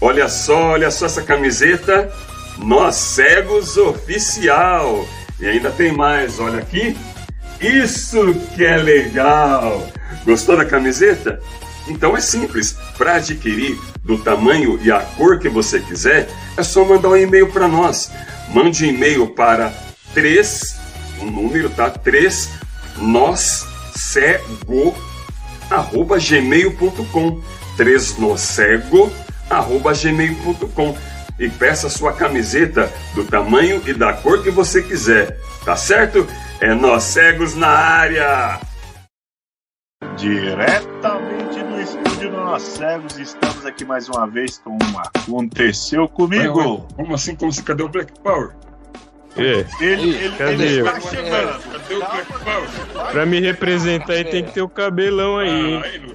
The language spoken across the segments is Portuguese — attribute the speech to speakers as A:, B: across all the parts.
A: Olha só, olha só essa camiseta. Nós Cegos Oficial. E ainda tem mais, olha aqui. Isso que é legal! Gostou da camiseta? Então é simples. Para adquirir do tamanho e a cor que você quiser, é só mandar um e-mail para nós. Mande um e-mail para 3, o número tá 3, nós cego arroba gmail.com 3 nocego arroba gmail.com e peça sua camiseta do tamanho e da cor que você quiser, tá certo? É Nós Cegos na área!
B: Diretamente do estúdio do Nós Cegos, estamos aqui mais uma vez com um Aconteceu
A: Ué,
B: Comigo.
A: ué, Como assim? Como se cadê o Black Power?
C: É,
B: Ele, ele,
C: cadê
B: ele
C: eu?
B: está chegando.
A: Cadê o Black Power?
C: É, pra me representar aí tem que ter o cabelão aí, hein?
A: Ai, não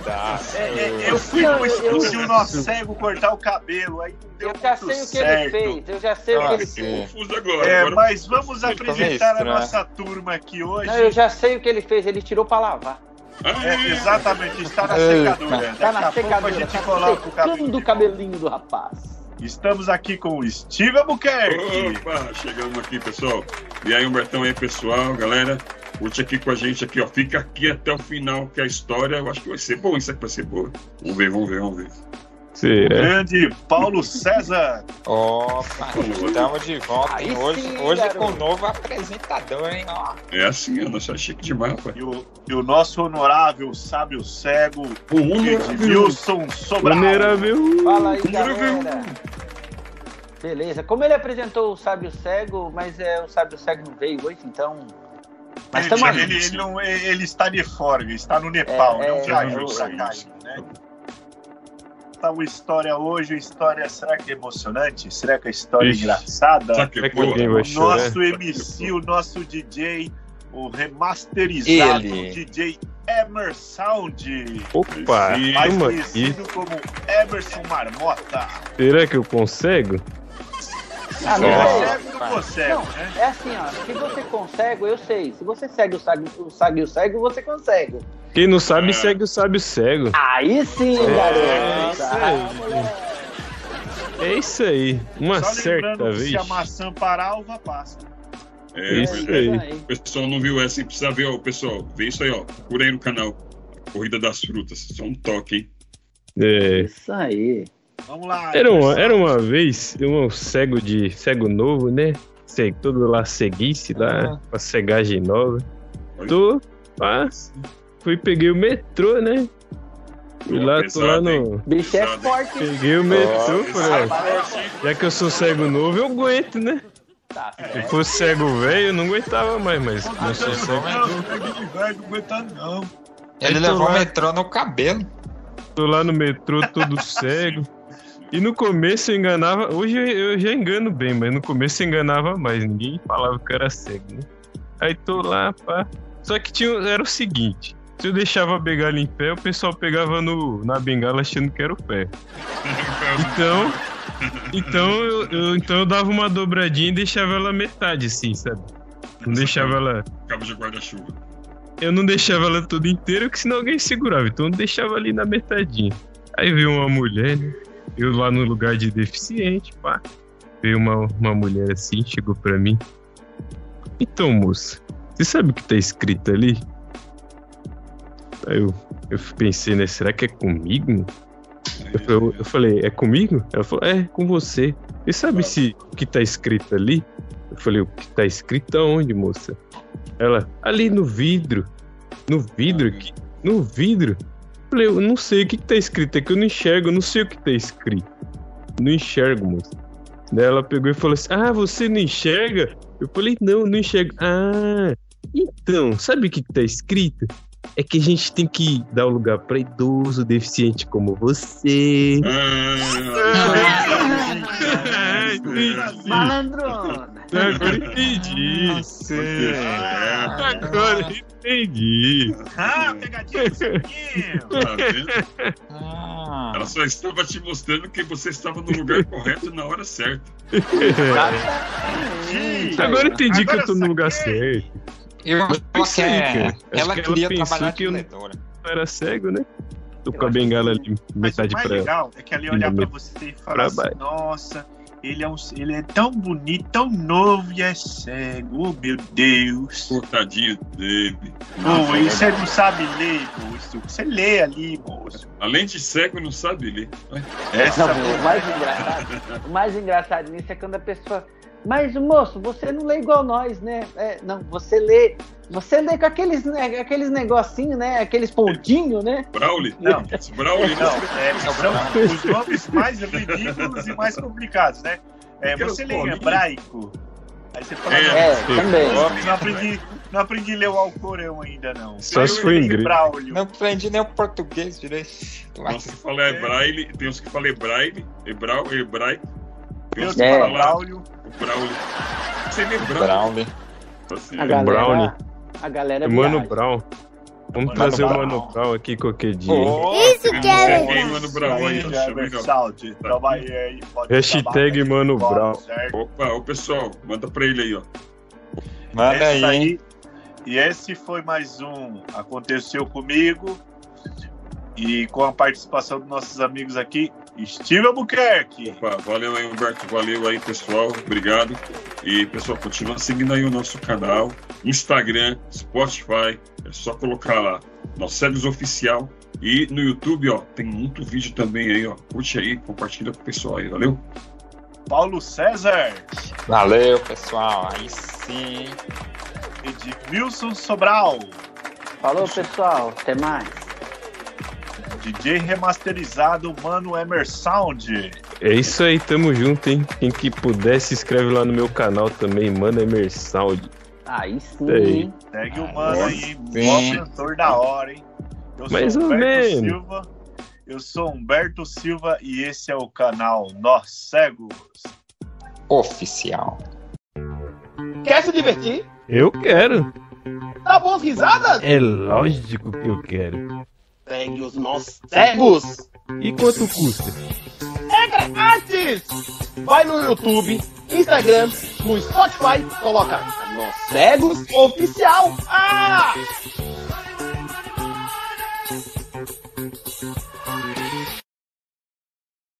A: dá.
B: É, é, eu fui no estúdio do Nós Cego cortar o cabelo, aí não deu
D: Eu já
B: muito
D: sei o que
B: certo.
D: ele fez, eu já sei o que ele fez.
A: Confuso agora.
B: É,
A: agora
B: mas vamos
C: Ele tá meio
B: apresentar a
C: estranho.
B: nossa turma aqui hoje.
D: Não, eu já sei o que ele fez, ele tirou pra lavar.
A: Ai,
B: É, exatamente, está na
E: Eita.
B: secadora. Daqui
D: Tá
B: a
D: na
B: pouco a
D: secadora,
B: gente
D: tá
B: coloca o cabelo.
D: secando o cabelinho do rapaz.
B: Estamos aqui com o Steve Albuquerque.
A: Opa, chegamos aqui, pessoal. E aí, Humbertão aí, pessoal, galera. Curte aqui com a gente aqui, ó. Fica aqui até o final, que a história, eu acho que vai ser bom, isso aqui vai ser boa. Vamos ver, vamos ver, vamos ver.
C: Será?
B: Grande Paulo César.
E: Opa, estamos de volta
D: Aí
E: hein? hoje,
D: sim,
E: hoje
D: garoto.
E: com o novo apresentador, hein? Ó,
A: É assim, eu nossa, chique demais, rapaz.
B: E o, e o nosso honorável sábio cego,
A: O Uno
B: Edmilson Sobral.
C: Vulnerável.
D: Fala aí,
A: Primeiro
D: galera.
B: um.
D: Beleza, como ele apresentou o Sábio Cego, mas é, o Sábio Cego não veio hoje, então... Mas
B: ele,
D: tamo aí.
B: ele, ele não, ele está de fora, ele está no Nepal,
D: É,
B: não
D: é,
B: viajou
A: é,
B: pra
A: é
B: cá,
A: isso.
B: né? Tá uma história hoje, uma história, será que é emocionante? Será que é história
C: Ixi.
B: engraçada?
A: Será que
C: Será
A: é
C: que alguém
A: boa?
C: vai
B: O
C: chorar?
B: nosso MC, o nosso DJ, o remasterizado
E: Ele.
B: DJ Emersound,
C: Opa,
A: Sim.
B: mais
C: tamo aqui.
B: conhecido como Emerson Marmota.
C: Será que eu consigo?
D: Ah,
B: Não
D: não,
E: Nossa.
B: consegue, não consegue,
D: Não,
B: é né?
D: é assim, ó, se você consegue, eu sei. Se você segue o Sábio, o Sábio Cego, você consegue.
C: Quem não
A: É.
C: sabe, segue o sábio cego. É
D: Aí sim,
B: É,
D: garoto.
C: isso
D: Ah,
C: aí.
D: moleque.
C: É isso aí, uma
B: Só
C: certa
B: lembrando que
C: vez.
B: se a maçã parar, a uva passa.
A: É,
C: Isso
A: pois é.
C: aí.
A: O pessoal não viu essa, hein? precisa ver, ó. Pessoal, vê isso aí, ó. Procura aí no canal. Corrida das Frutas. Só um toque, hein?
C: É.
D: Isso aí.
B: Vamos lá.
C: Era, um uma,
B: Emerson.
C: era uma vez um cego de cego novo, né? Sei, todo lá ceguice lá, com a cegagem nova. Tô, pá, fui peguei o metrô, né? Fui lá, tô lá no.
D: Bicho é
A: Pesado, hein?
D: forte. hein?
C: Peguei o metrô,
B: Ah,
E: Ó,
C: falei, ó,
A: Forte, hein?
C: já que eu sou cego novo, eu aguento, né?
D: Tá
C: Se
D: certo.
C: fosse cego velho, eu não aguentava mais, mas
B: Ah,
C: eu sou
B: não,
C: cego.
B: não, não vai aguentar, não.
E: ele
C: Então
E: levou o
C: vai.
E: metrô no cabelo.
C: Tô lá no metrô todo cego. E no começo eu enganava. Hoje eu já engano bem, mas no começo eu enganava mais. Ninguém falava que eu era cego, né? Aí tô lá, pá. Só que tinha, era o seguinte: se eu deixava a bengala em pé, o pessoal pegava no, na bengala achando que era o pé. Então. Então eu, eu- então eu dava uma dobradinha e deixava ela metade, assim, sabe? Não deixava ela
A: Cabo de guarda-chuva.
C: eu não deixava ela toda inteira, porque senão alguém segurava. Então eu deixava ali na metadinha. Aí veio uma mulher, né? Eu lá no lugar de deficiente, pá. Veio uma, uma mulher assim, chegou pra mim. Então, moça, você sabe o que tá escrito ali? Aí eu, eu pensei, né? Será que é comigo? Eu, falei- eu falei, é comigo? Ela falou, é, com você. Você sabe se o que tá escrito ali? Eu falei, o que tá escrito aonde, moça? Ela, ali no vidro. No vidro aqui. No vidro. Eu falei, eu não sei o que, que tá escrito, é que eu não enxergo, eu não sei o que tá escrito. Não enxergo, moça. Daí ela pegou e falou assim: Ah, você não enxerga? Eu falei, não, não enxergo. Ah, então, sabe o que, que tá escrito? É que a gente tem que dar o lugar pra idoso, deficiente como você.
E: Hum,
C: Ah, entendi.
D: Malandrona.
C: Agora entendi.
A: Ah,
C: Agora entendi.
B: Ah, pegadinha do Siquinho.
A: tá vendo?
E: Ah,
A: Ela só estava te mostrando que você estava no lugar correto na hora certa.
B: Sim.
C: Agora entendi que eu tô no
B: Agora
C: lugar
B: saquei.
C: certo.
E: eu
C: Mas
E: acho que
C: isso aí,
E: é-
C: cara. Acho
E: ela
C: que ela
E: queria
C: pensou
E: trabalhar
C: que
E: de
C: eu-
E: vendedora.
C: Eu era cego, né? Tô com a bengala ali,
B: Mas o
C: metade
B: mais
C: pra ela.
B: legal é que ela ia olhar pra
C: Metade
B: você e falar assim,
C: pra baixo.
B: nossa, ele é, um, ele é tão bonito, tão novo e é cego, oh meu Deus.
F: Coitadinho dele.
B: Pô,
C: é
B: e você não sabe ler, moço. Você lê ali, moço.
F: Além de cego, não sabe ler.
A: é
B: Essa
D: Não, o mais engraçado, o mais engraçado nisso é quando a pessoa. Mas moço, você não lê igual nós, né? É, não, você lê. Você lê com aqueles, né, aqueles negocinhos, né? Aqueles pontinhos, né?
F: Brawley?
B: Não.
F: Esse Brawley não.
B: Não, é, são os nomes mais ridículos e mais complicados, né? É,
F: Aquelas
B: você lê em
F: bolinhas.
B: hebraico? Aí você fala,
F: É,
B: não,
D: É,
C: sim.
D: também.
B: não, aprendi, não aprendi a ler o Alcorão ainda, não.
C: Só se for em grego.
B: Braulio.
E: Não aprendi nem o português direito.
F: Tem uns que falam
A: é
F: hebraile, tem uns que falam hebraile, hebral, hebraico. Tem uns que
D: É.
F: falam lá,
B: Braulio.
F: Brawley. Você nem é Brawley.
E: Brown,
F: Assim,
D: A galera,
C: É Brownie. É
D: A galera
C: Mano
D: viaja.
C: Brown. Vamos
B: Mano
C: trazer o
E: Brown.
C: Mano Brown aqui qualquer dia. hein?
E: Isso!
F: eu não sei
C: um
F: quem, mano, Brawley,
B: É. Aí, é
F: acho
C: então,
B: Driver
F: legal.
B: Saúde, trabalhei é, aí, pode
C: Tá. Hashtag
B: trabalhar,
C: Mano
B: pode,
C: Brown.
B: certo?
F: Opa, ô pessoal, manda pra ele aí, ó.
E: Manda aí,
B: Essa aí.
E: hein?
B: E esse foi mais um Aconteceu Comigo. E com a participação dos nossos amigos aqui, Steve Albuquerque.
F: Opa, valeu aí, Humberto. Valeu aí, pessoal. Obrigado. E, pessoal, continua seguindo aí o nosso canal, Instagram, Spotify. É só colocar lá, Nós Cegos Oficial. E no YouTube, ó, tem muito vídeo também aí, ó. Curte aí, compartilha com o pessoal aí, valeu?
B: Paulo César.
E: Valeu, pessoal. Aí sim.
B: Edmilson Sobral.
D: Falou, pessoal. Até mais.
B: DJ remasterizado, Mano Emer Sound.
C: É isso aí, tamo junto, hein? Quem que puder, se inscreve lá no meu canal também, manda Emersaldi.
D: Aí sim.
C: Ei.
D: hein?
B: Segue o mano aí,
E: sim.
B: mó cantor da hora, hein? Eu
C: Mais ou menos.
B: Silva. Eu sou Humberto Silva e esse é o canal Nós Cegos.
E: Oficial.
G: Quer se divertir?
C: Eu quero.
G: Dá boas risadas?
C: É lógico que eu quero.
G: Segue os nós cegos.
C: E quanto custa?
G: Artes! Vai no YouTube, Instagram, no Spotify, coloca Nós Cegos Oficial. Ah!